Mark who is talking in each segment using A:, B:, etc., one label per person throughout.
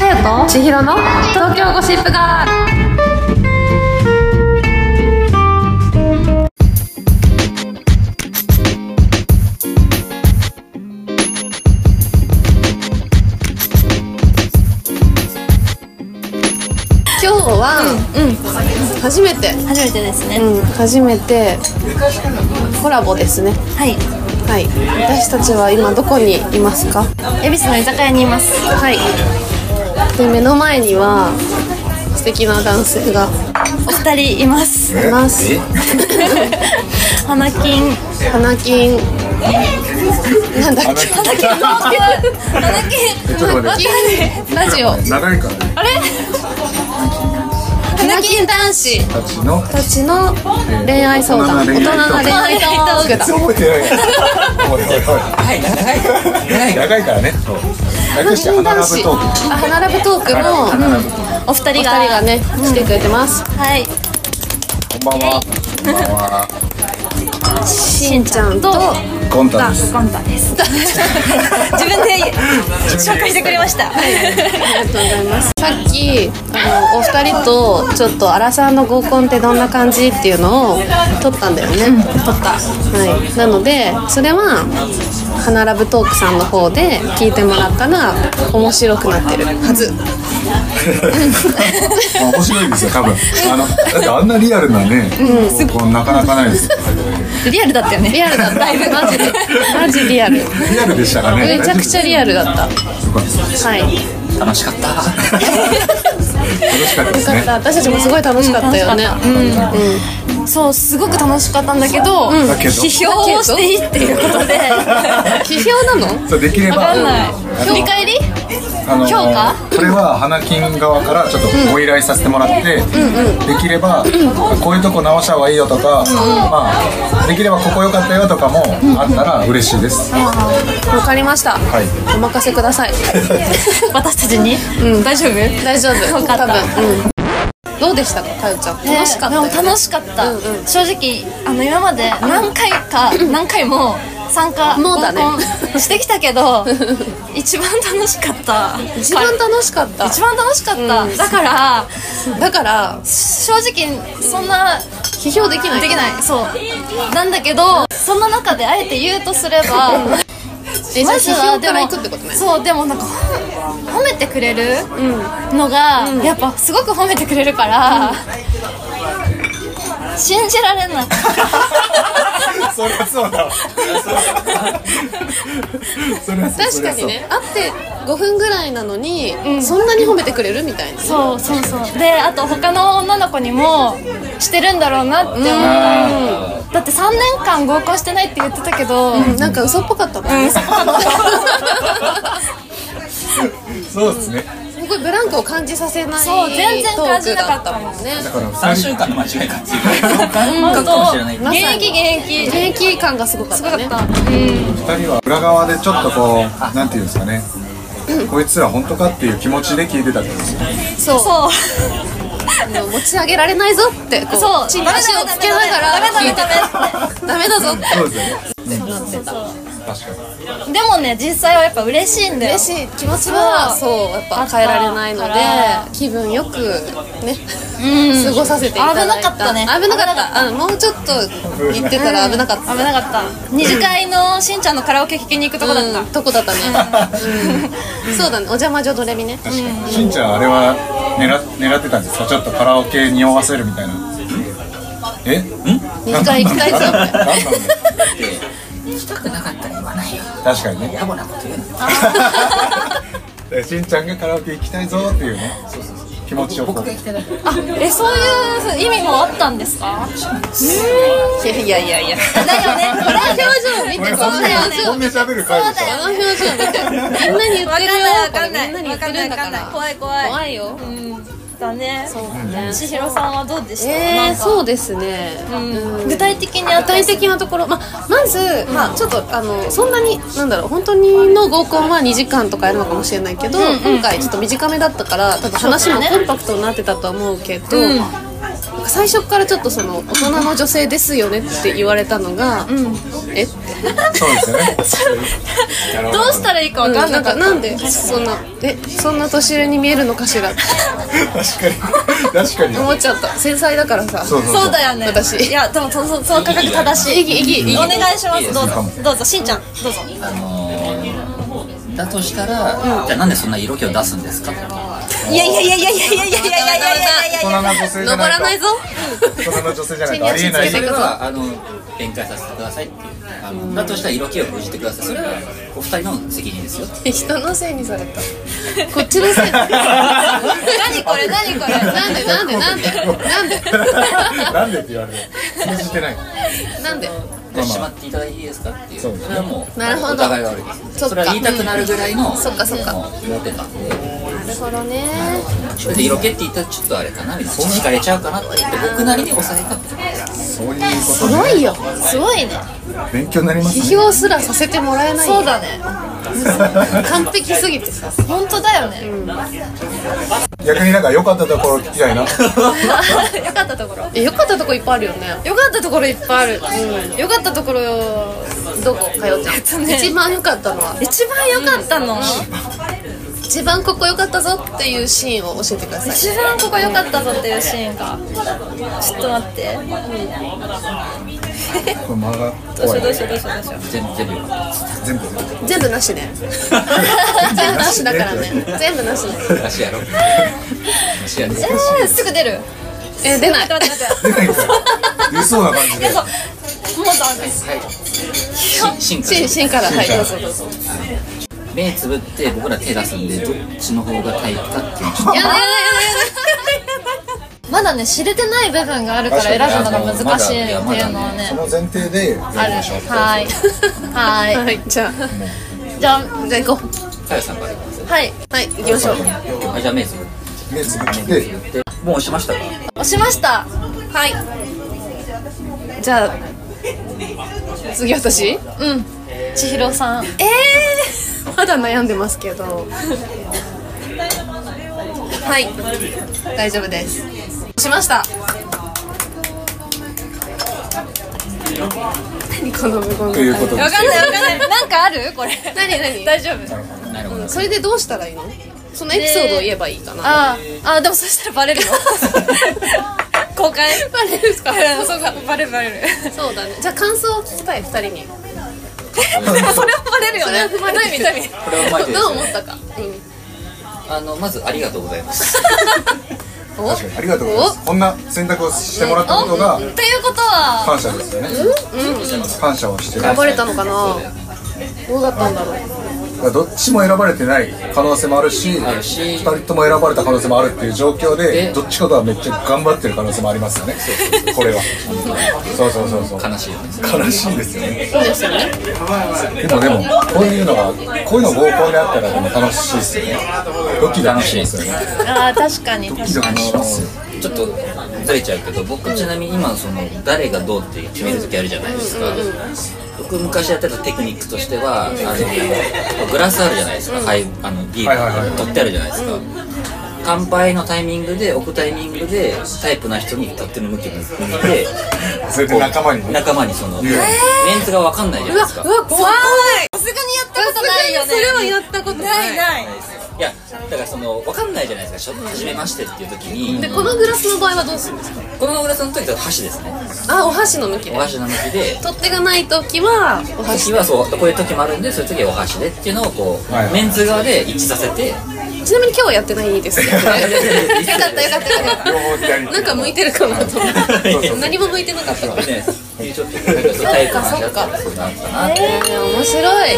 A: ひろの東京ゴシップガール
B: 今日は、うん初めて、
C: 初めてですね、
B: うん、初めてコラボですね
C: はい
B: はい私たちは今どこにいますか
C: 恵比寿の居酒屋にいます
B: はいで目の前には素敵な男性が
C: お二人います
B: います
C: 花金
B: 花金なんだっけ
C: 花金花金
D: ちょっと待って
B: ラジオ
D: 長いからね
B: 花金男子
D: たちの
B: たちの恋愛相談大人
D: 大
B: な
D: 人な
B: 恋
D: 恋
B: 愛
C: 愛
B: ト
C: ト
B: ー
C: ー
B: クだ
D: 覚えてないおいおいおい
E: はい、長い。長いから。
D: 長いからねそう略して花ラブトーク
B: あ花ラブトーク
D: 花
B: の
D: ラブトー
B: お
C: お二
B: 二人
C: 人が
B: がね来てくれてます
C: はい
D: クこんばんはこんばんは
B: しんちゃんと
D: ゴンタです
C: ガンタです 自分で紹介してくれました
B: ありがとうございます。さっきあのお二人とちょっとアラさんの合コンってどんな感じっていうのを撮ったんだよね。撮った。はい。なのでそれは花ラブトークさんの方で聞いてもらったら面白くなってるはず。
D: まあ面白いですよ多分あのだってあんなリアルなねこうなかなかないです
C: リアルだったよね
B: リアルだった。マジでマジリアル。
D: リアルでしたからね
B: めちゃくちゃリアルだった。
D: 大丈夫ですよかっ
B: はい。よ
E: 楽しかった。
D: た楽しかったです
B: かっ
D: ね
B: た。私たちもすごい楽しかったよね。
C: そうすごく楽しかったんだけど、
D: だけど
C: 批評をしていいっていうことで
B: 批評なの？
D: そうできれば
C: わかんない
D: 振り返りあの
C: 評価
D: これは花金側からちょっとご依頼させてもらって、できればこういうとこ直した方がいいよとか、まあ、できればここ良かったよとかもあったら嬉しいです、は
B: わかりました。
D: い
B: お任せください。
C: 私たちに、大丈夫
B: 大丈夫。
C: よかっ
B: 多
C: た
B: 分。うんどうでしたか、かよちゃん。楽しかったよ
C: ね。でも楽しかった、
B: うんうん
C: 正直あの今まで何回 か、何回も参加
B: もうだね
C: 合コンしてきた けど一番楽しかった
B: 一番楽しかった
C: 一番楽しかった、だから
B: だから
C: 正直そんな
B: 批評できない
C: できないそうなんだけどそんな中であえて言うとすれば
B: えじゃあ
C: まずは
B: 批評
C: で
B: から
C: も
B: 行くってことね
C: そうでもなんか褒め褒めてくれるのが、やっぱすごく褒めてくれるから、信じられない
D: そりゃそうだわそりゃそ
B: 確
D: う
B: かにね会って5分ぐらいなのに、そんなに褒めてくれるみたいな
C: そうそうそうであと他の女の子にもしてるんだろうなって思っただって3年間合コンしてないって言ってたけど、
B: なんか嘘っぽかったもんね、す
D: そうですね
B: ごいブランクを感じさせない
C: そう全然
B: トー
C: 感
B: ク
C: じな
B: だ
C: か
B: っ
C: ったた
B: もんね
D: だから
E: 三週間の間違いかっていう感覚かもしれない。
B: ま
C: 現
B: さに
C: 役現役
B: 現役感がすごかっ
C: すごか
B: た
C: っ
B: ね
C: た、
D: 2人は裏側でちょっとこうなんていうんですかねこいつら本当かっていう気持ちで聞いてたんですよ
C: そうそう
B: あの持ち上げられないぞってこう
C: そう
B: 地に足をつけながら
C: ダ
B: 聞い
C: メダメ
B: て
C: ダメダ
B: たダ
C: メダメ
B: メだぞって
D: そうですよね確か
C: でもね実際はやっぱ嬉しいんだよ
B: 嬉しい気持ちは
C: そ
B: そうやっぱ変えられないの
C: あ
B: で
C: ったか
B: 気分よくね、過ごさせていただいた
C: 危なかったね
B: 危なかったあのもうちょっと行ってたら危なかった、
C: 危なかった二次会のしんちゃんのカラオケ聴きに行くとこだった、
B: うんとこだったね、うんそうだねお邪魔女ドレミね
D: に確かにしんちゃんあれは狙狙ってたんですかちょっとカラオケ匂わせるみたいなえん
B: 二回行きたいぞ
D: 何なんだよ
E: したくなかったら言わないよ。
D: 確かにね
E: 野暮なこと言うな。
D: しんちゃんがカラオケ行きたいぞっていうね気持ちをこ
E: 僕が
D: う
E: 来てない。
C: えそういう意味もあったんですか
B: いやいやいやいや
C: だよねこれは表情見
D: これ
C: て
D: 本音
C: そうだよね
D: 本音喋る回でし
B: あ
D: ょ
B: の表情見てみんなに言ってるよ
C: わかんない
B: これみんなに言
C: わ
B: って
C: かん
B: る
C: ない
B: ん
C: わ
B: だ
C: か
B: か
C: んない
B: ら
C: 怖い怖い
B: 怖いよ
C: うんだね
B: そうだね
C: 千尋さんはどうでした
B: え
C: な
B: ー、
C: んか
B: そうですね、
C: うん具体的にあ
B: 具
C: った
B: 体的なところ、まあ、まず、まあ、ちょっとあのそんなになんだろう本当にの合コンは2時間とかやるのかもしれないけど、今回ちょっと短めだったから多分話もコンパクトになってたと思うけど、最初からちょっとその大人の女性ですよねって言われたのが、えって
D: そうですよね
C: どうしたらいいかわかん
B: な
C: な
B: ん
C: かっ
B: か
C: た、
B: なんでそんなえそんな年上に見えるのかしらって
D: 確かに確かに
B: 思っちゃった繊細だからさ
D: そうそう
C: そうだよね
B: 私
C: いやでもそそその価格正しい
B: 意義意義
C: お願いしますどう
D: かも
C: ぞどうぞしんちゃんどうぞ
E: あのー、だとしたら、じゃあなんでそんな色気を出すんですか
C: いやいやいやいやいやいやいやいやいやいやいやいや
D: 大人な女性じゃ
B: 登らな
D: ないい
B: ぞ
D: と大人の女性じゃないとありえない
E: それ
D: よ
E: はあの弁解させてくださいっていうあのだとしたら色気を封じてくださいそれはお二人の責任ですよ
B: 人のせいにされ たこっちのせいに
C: 何これ何これ
B: なんでなんでなんでなんで
D: なんでって言われる信じてない
B: なんで
E: でしまっていただいていいですかっていう
D: そう
E: れはもう
B: なるほど
E: お互いが悪いです
B: そっか
E: それは言いたくなるぐらいの
B: そっかそっか
E: もう思ってたんで
B: なるほどね
E: それで色気って言ったらちょっとあれかなみたいな惹かれちゃうかなって言って僕なりに抑えた
D: そういうこと
B: すごいよ
C: すごいね
D: 勉強になりますね
B: 批評すらさせてもらえないよ
C: そうだね
B: 完璧すぎてさ
C: 本当だよね、
D: 逆になんか良かったところ聞きたいな
C: よかったところ
B: え良かったとこいっぱいあるよね
C: よかったところいっぱいある、よかったところ
B: どこ通ってんの一番良かったのは
C: 一番良かったの、
B: 一番ここ良かったぞっていうシーンを教えてください
C: 一番ここ良かったぞっていうシーンがちょっと待ってどうしよう
D: これ間が怖い
C: どうしようどうしようどうしよう
E: 全部全部よかっ
D: 全部
B: 全部なしね 全部なしだからね全部なしね
E: たらしい やろらしいやろ
C: えー、すぐ出る
B: え 出ない
C: 待って待って
D: 出ないから出そうな感じで
C: もうダメです
E: 進化
B: シンシンからはいどうぞどうぞ
E: 目つぶって僕ら手出すんでどっちの方がタイかっていうのをちょっ と
C: やだやだやだやだまだね知れてない部分があるから選ぶのが難しいっていうのはね
D: その前提で
C: あるはいは
B: はいじゃあ
C: いじゃあ
B: じゃあ行こ
E: かよさんからいきます
B: うはいはい行きましょう
E: はいじゃあ目つぶっ
D: 目つぶって
E: てもう押しましたか
C: 押しましたはい
B: じゃあ次私
C: うん千尋さんえ
B: えー、まだ悩んでますけどはい大丈夫ですしました何この無言の
D: ということで
C: わかんないわかんないなんかあるこれ
B: 何何
C: 大丈夫
E: なるほど
B: それでどうしたらいいのそのエピソードを言えばいいかな
C: あーあーでもそしたらバレるよ 公開バレるかそうかバレるバレる
B: そうだねじゃあ感想を聞きたい二人に
C: それはバレるよね
B: それはバレる
C: 痛い痛い痛い
E: これはうまいですね
B: どう思ったか、
E: あのまずありがとうございます
B: お
D: 確かにありがとうございますこんな選択をしてもらったことが
C: ということは
D: 感謝ですよね感謝をしてる
B: 選ばれたのかな
E: そうだよね
B: どうだったんだろう
D: どっちも選ばれてない可能性もあるし
E: あるし
D: 2人とも選ばれた可能性もあるっていう状況で
E: で
D: どっちかがめっちゃ頑張ってる可能性もありますよねこれはそうそうそうそう
E: 悲しいよね
D: 悲しいですよね
B: そうですよね
D: でもでもこういうのがこういうの合コンであったらでも楽しいですよねドキドキしますよね
C: あー確かに確か
D: ドキドキしますよ
E: ちょっとずれちゃうけど僕ちなみに今その誰がどうって決める時あるじゃないですか僕昔やってたテクニックとしてはあのグラスあるじゃないですか、はい、あのビー
D: はいはいはい
E: ル取ってあるじゃないですか、乾杯のタイミングで置くタイミングでタイプな人に取っ手の向きを向いて
D: それで仲間にね
E: 仲間にそのメ
D: 言う
E: ンツが分かんないじゃないですか
B: うわ怖い
C: さすがにやったことないよね
B: それはやったことない
C: ない
E: いやだからその分かんないじゃないですか初初めましてっていう時に
B: でこのグラスの場合はどうするんですか
E: このグラスの時は箸ですね
B: あお箸の向き
E: お
B: で
E: 箸の向きで
B: 取っ手がない時はお箸
E: 私はそうこういう時もあるんでそういう時はお箸でっていうのをこう、
D: はい
E: メンツ側で一致させて
B: ちなみに今日はやってないですよよかったよかったよかっ
D: 両方左
B: たなんか向いてるかなと思って
E: そうそう
B: 何も向いてなかったから
E: ねっていうちょっとなんかそうタイプの話だったらそういうのあったなって
B: 面白い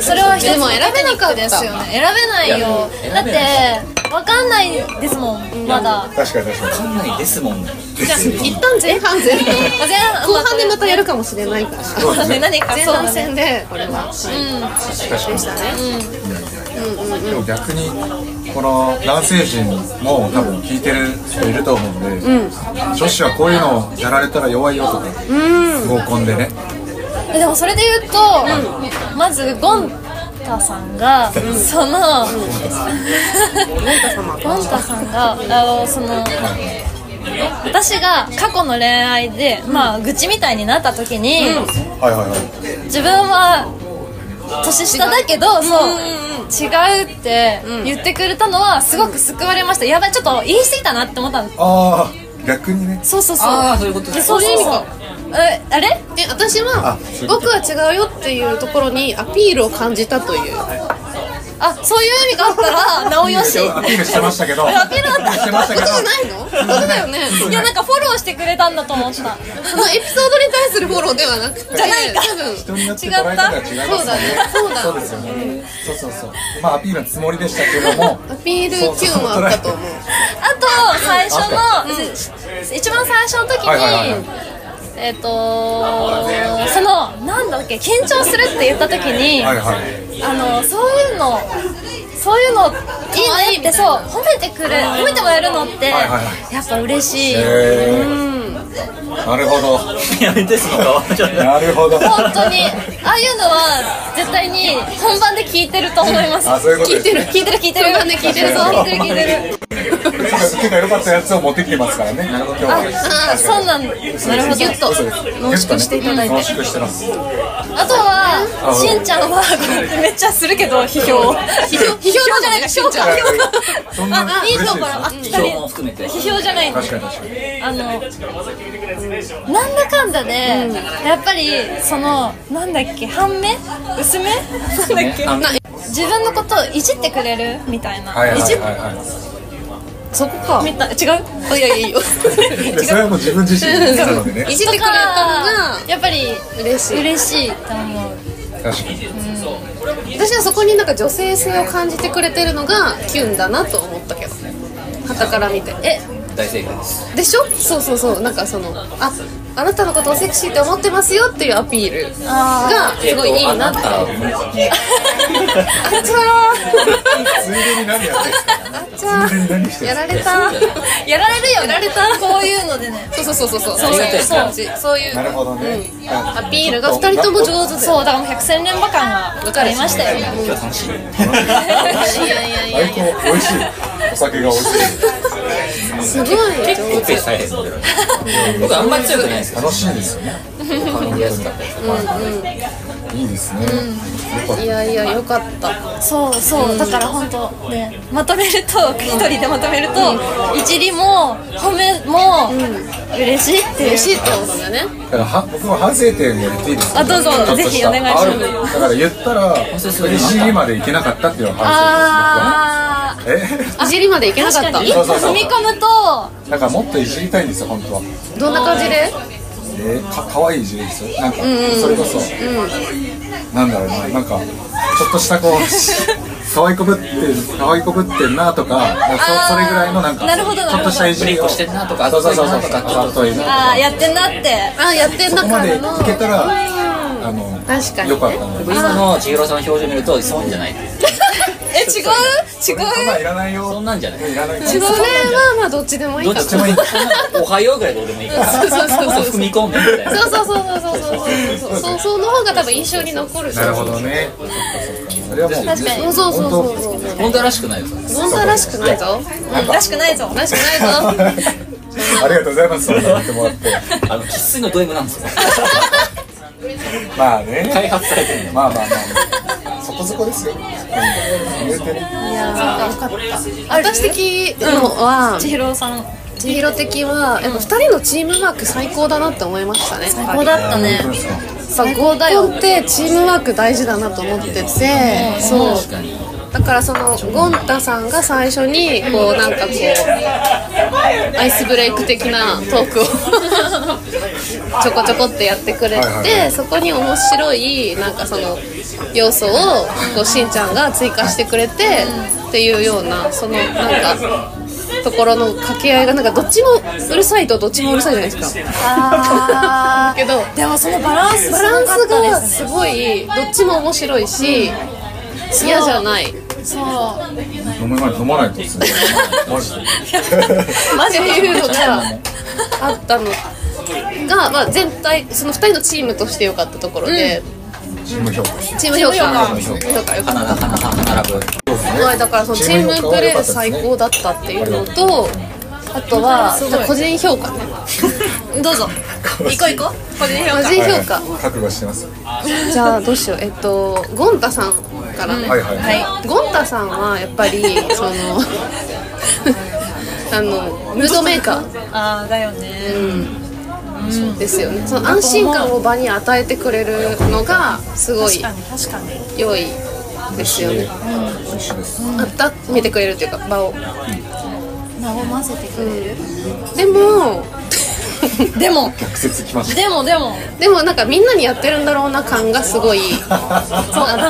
C: それは一つ
B: でも選べなかった
C: ですよね選べないよ
E: いや
C: だっ
E: 選べな
C: てわかんないですもんまだ
D: 確かに確かに
E: 分かんないですもん
B: 一旦前半前半後半でまたやるかもしれないから
D: そうですね
C: 何か
B: 前
C: そうだ
B: 半
C: ね
B: 戦でこれは
D: 確かにでも逆にこの男性陣も多分聞いてる人いると思うんで、女子はこういうのをやられたら弱いよとか、合コンでね
C: えでもそれで言うとまずゴンタさんがそのゴンタさんがあのその私が過去の恋愛で、まあ愚痴みたいになった時に、
D: はいはいはい
C: 自分は年下だけどそう違うって言ってくれたのはすごく救われました、やばいちょっと言い過ぎたなって思ったの
D: ああ逆にね
C: そうそうそう
E: ああそういうことです
C: そうそうそうえあれ
B: で私は
D: あそういうこ
B: 僕は違うよっていうところにアピールを感じたという
C: あそういう意味があった らなおよし
D: アピールしてましたけどア
C: ピールだった
D: してましたけど
B: 嘘じゃ ないの嘘だよね
C: いやなんかフォローしてくれたんだと思った
B: そのエピソードに対するフォローではなくて
C: じゃないか
B: 多分
D: 人によって捉え方が違いますね
B: そうだねそうだ
D: ですよねそうそうそうまあアピールのつもりでしたけども
B: アピールキュンはあったと思う
C: あと最初の、一番最初の時に、
D: はいはいはい
C: えっ、とそのなんだっけ緊張するって言った時に、
D: はいはい
C: あのそういうのそういうのいいねってそう褒めてくれ褒めてもらえるのって、
D: はいはいは
C: やっぱ嬉しいよ、
D: えー、なるほど
E: やめてその顔ちょっと
D: なるほど
C: 本当にああいうのは絶対に本番で聞いてると思います
D: あそういうこと
C: 聞い
D: です
C: て
D: ね
C: る聞いてる聞いてる
B: 本番で聞いてる
C: そう聞いてる聞いてる
D: 受けが良かったやつを持ってきてますからねなるほど今日は
C: あそうなんなるほど
B: ギュッと濃縮していただいて
D: 濃縮してます
C: あとは、しんちゃんは、めっちゃするけど、批評。批評批評じゃないか、評価。
D: そんな
C: あ、いい
D: 嬉し
C: ところ。あ、
D: いです
E: 批評も含めて
C: 批評じゃない。
D: 確かに確かに
C: あの、なんだかんだで、やっぱり、その、なんだっけ、半目薄めなんだっけ
E: あの
C: 自分のことをいじってくれるみたいな。
D: はいはい
C: いじっ
D: はいは
B: そこか
C: みたい、違う
B: あいやいやいい よ
D: いでそれはもう自分自身なのでね
B: いじってくれたのが
C: やっぱり、
B: 嬉しい
C: 嬉しいと思う。
D: 確かに
B: 私はそこになんか女性性を感じてくれてるのがキュンだなと思ったけど傍から見てえ
E: 大正解です
B: でしょそうそうそうなんかそのああなたのことをセクシーって思ってますよっていうアピールがすごいいいなって
E: あなた
B: あちゃ
D: ついでに何やってるんですか
B: ー あちゃ
D: ついでに何して
B: ー
D: る
B: や
D: ん
B: ら
D: で
B: れた
C: やられるよ、やられた。こういうのでね。
B: そうそうそうそうそう
E: ありがたいですね
B: そうそうそうい
D: す
B: う
D: かなるほどね
B: アピールが二人とも上手で
C: そう、だからもう百戦錬磨感が分かりましたよ。
E: 今日は楽しいね
B: いやいやいや
D: 最高美味しいお酒が美味しい
B: すごい
E: 結構ペース大変です僕ら僕あんまり強くないですけど
D: 楽しいですよね
E: 顔に出やすかったりとか
D: いいですね
B: いやいやよかった
C: そうそう、だから本当ねまとめると一人でまとめると、一理も褒めも、嬉しいっていう
B: 嬉しいってことだね
D: だからは僕も反省点を言っていいですか
C: あどうぞ
D: ちょっとた
C: ぜひお願いします
D: あるだから言ったら嬉しいまでいけなかったっていうのが反
C: あ
D: 省です僕
B: い
D: はね
B: じりまでいけなか
C: ー確
B: った
C: かに一
D: そ
C: 歩
D: うそうそう
C: 踏み込むと
D: えだからもっといじりたいんですよ本当は
B: どんな感じで
D: えー、か可愛いい字ですよなんか、それこそ、なんだろうななんかちょっとしたこう 可愛いこぶって可愛いこぶってんなとかなんかそそれぐらいのなんか
C: なるほどなるほど
D: ちょっとしたいじ
E: ぶり
D: り
E: っ
D: を
E: こしてんなとか
D: そうそうそうそう
E: 熱いなとか
D: 熱いなと
C: あ
D: か
C: ーやってんなって
B: あやってん
D: そ
B: だ
D: こ
B: か
D: まで
B: ら
D: い
B: の
D: けたらあの
B: 確かにね
D: よかったの
E: で
D: で
E: も今の千尋さんの表情見るとそういうんじゃないって
C: え違う違う
D: そんなんいらないよ
E: そんなんじゃない
D: いらない
B: それはまあどっちでもいい
E: どっ
B: かな
E: ちでもいいおはようぐらいどうでもいいから
B: そうそうそうそう
E: 踏み込んでみたいな
B: そうそうそうそうそうそうそうそうその方が多分印象に残るし
D: なるほどねそれはもう
C: 確かに
B: そうそうそうそうそう
E: 本当らしくないですよね
B: そんならしくないぞ
C: らしくないぞ
B: らしくないぞ
D: ありがとうございますそんな言ってもらって
E: あの生粋のド M なんですよ
D: まあね
E: 開発されてるの
D: まあまあまあそこそこですよ言うてね
B: 私的のは
C: 千尋さん
B: 千尋的はやっぱ二人のチームワーク最高だなって思いましたね最
C: こうだったね
D: 本当ですか
B: 最高だよってチームワーク大事だなと思っててそう
E: 確かに
B: だからそのゴンタさんが最初にこうなんかこうアイスブレイク的なトークを ちょこちょこってやってくれ
D: はいはいは
B: てそこに面白いなんかその要素をこうしんちゃんが追加してくれてっていうようなそのなんかところの掛け合いがなんかどっちもうるさいとどっちもうるさいじゃないですか。
C: あ
B: けど
C: でもそのバランス
B: バランスがすごいどっちも面白いし嫌じゃない。
C: そう
D: 飲めない飲まないとですねマジで
B: マジでっていうのが あったのが、まあ、全体その2人のチームとして良かったところで、
D: チーム評価
B: チーム評価
D: チーム評
B: 評価良かっ
E: 花花花並ぶ
B: ただからそのチームプレー最高だったっていうのとあとは個人評価 ね
C: どうぞ行こう行こう個人評
B: 個
C: 価
B: 人評 価、
D: はい覚悟してますは
B: じゃあどうしようえっとゴンタさんからね、
D: いはい、
C: はい
B: ゴンタさんはやっぱりその あのムードメーカー
C: ああだよね
B: ですよねその安心感を場に与えてくれるのがすごい
C: 確かに確かに
B: 良いですよね
D: 美味しいです、
B: あっためてくれるというか場を
C: 和ませてくれる
B: でも
C: でも
D: 逆説きました
C: でもでも
B: でもなんかみんなにやってるんだろうな感がすご い
C: そうなんか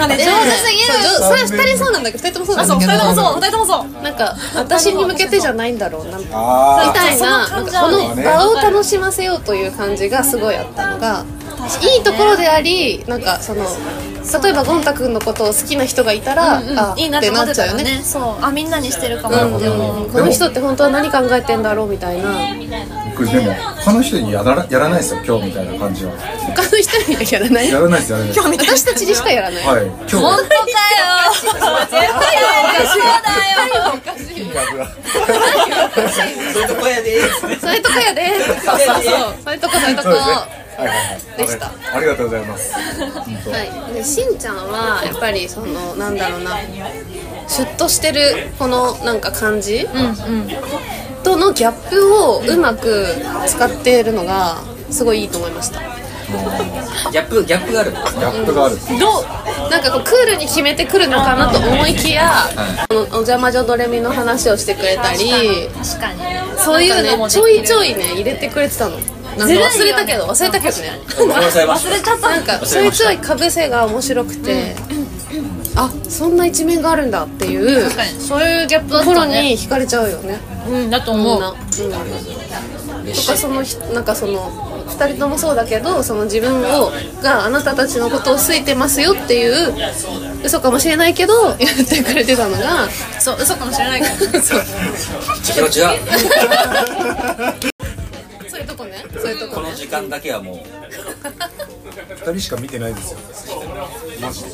C: ね上手すぎる
B: そう上手それ2人そうなんだけど2人ともそうな
C: あ
B: ん
C: そう
B: だけ
C: 二
B: ど
C: 人ともそう二人ともそう
B: なんか私に向けてじゃないんだろうなみ
D: あ
B: たいな
C: そ
B: な
C: うんその感じ
B: か
C: は
B: こ
C: ね
B: の場を楽しませようという感じがすごいあったのがいいところでありなんかその例えばゴンタ君のことを好きな人がいたら、あ
C: いいなって思ってたよ
B: ってなっちゃう
C: ねそうあみんなにしてるかも
D: あなるほどなるほど
B: この人って本当は何考えてんだろうみたいな
D: 僕でも他の人にやらやらないですよ今日みたいな感じは
B: 他の人にはやらない
D: やらないですやらないですは
B: 私たちにしかやらない
D: い今
C: 本
D: 日
C: 当かよ絶対そうだよ
E: そういうとこやでー
B: そういうとこやでそうそうそうそういうとこそういうとこ
D: そうですねはいはいはい
B: でした
D: ありがとうございます本当
B: はい、でしんちゃんはやっぱりそのなんだろうなシュッとしてるこのなんか感じ、とのギャップをうまく使っているのがすごいいいと思いました
E: ギャップギャップがある
D: ギャップがある
B: どうなんかこうクールに決めてくるのかなと思いきや、このお邪魔女ドレミの話をしてくれたり
C: 確かに
B: そういう
C: なん
B: ね
C: かね
B: ちょいちょいね入れてくれてたのなんか忘れたけど忘れたけどね
E: 忘れまし
C: 忘
E: た
C: れちゃった
B: なんかちょいちょいかぶせが面白くて、あそんな一面があるんだっていう
C: かにそういうギャップだっ
B: ところ
C: たね
B: に惹かれちゃうよね
C: うんだと
B: み
C: 思
B: んな、
C: う
B: うん、と
E: 嬉し
B: かそのひなんかその2人ともそうだけどその自分をがあなたたちのことを好いてますよっていう嘘かもしれないけど言ってくれてたのが
C: そう嘘かもしれないけど そう
E: い千尋違う
B: そういうとこねそういうとこ
E: この時間だけはもう
D: 二人しか見てないですよマジで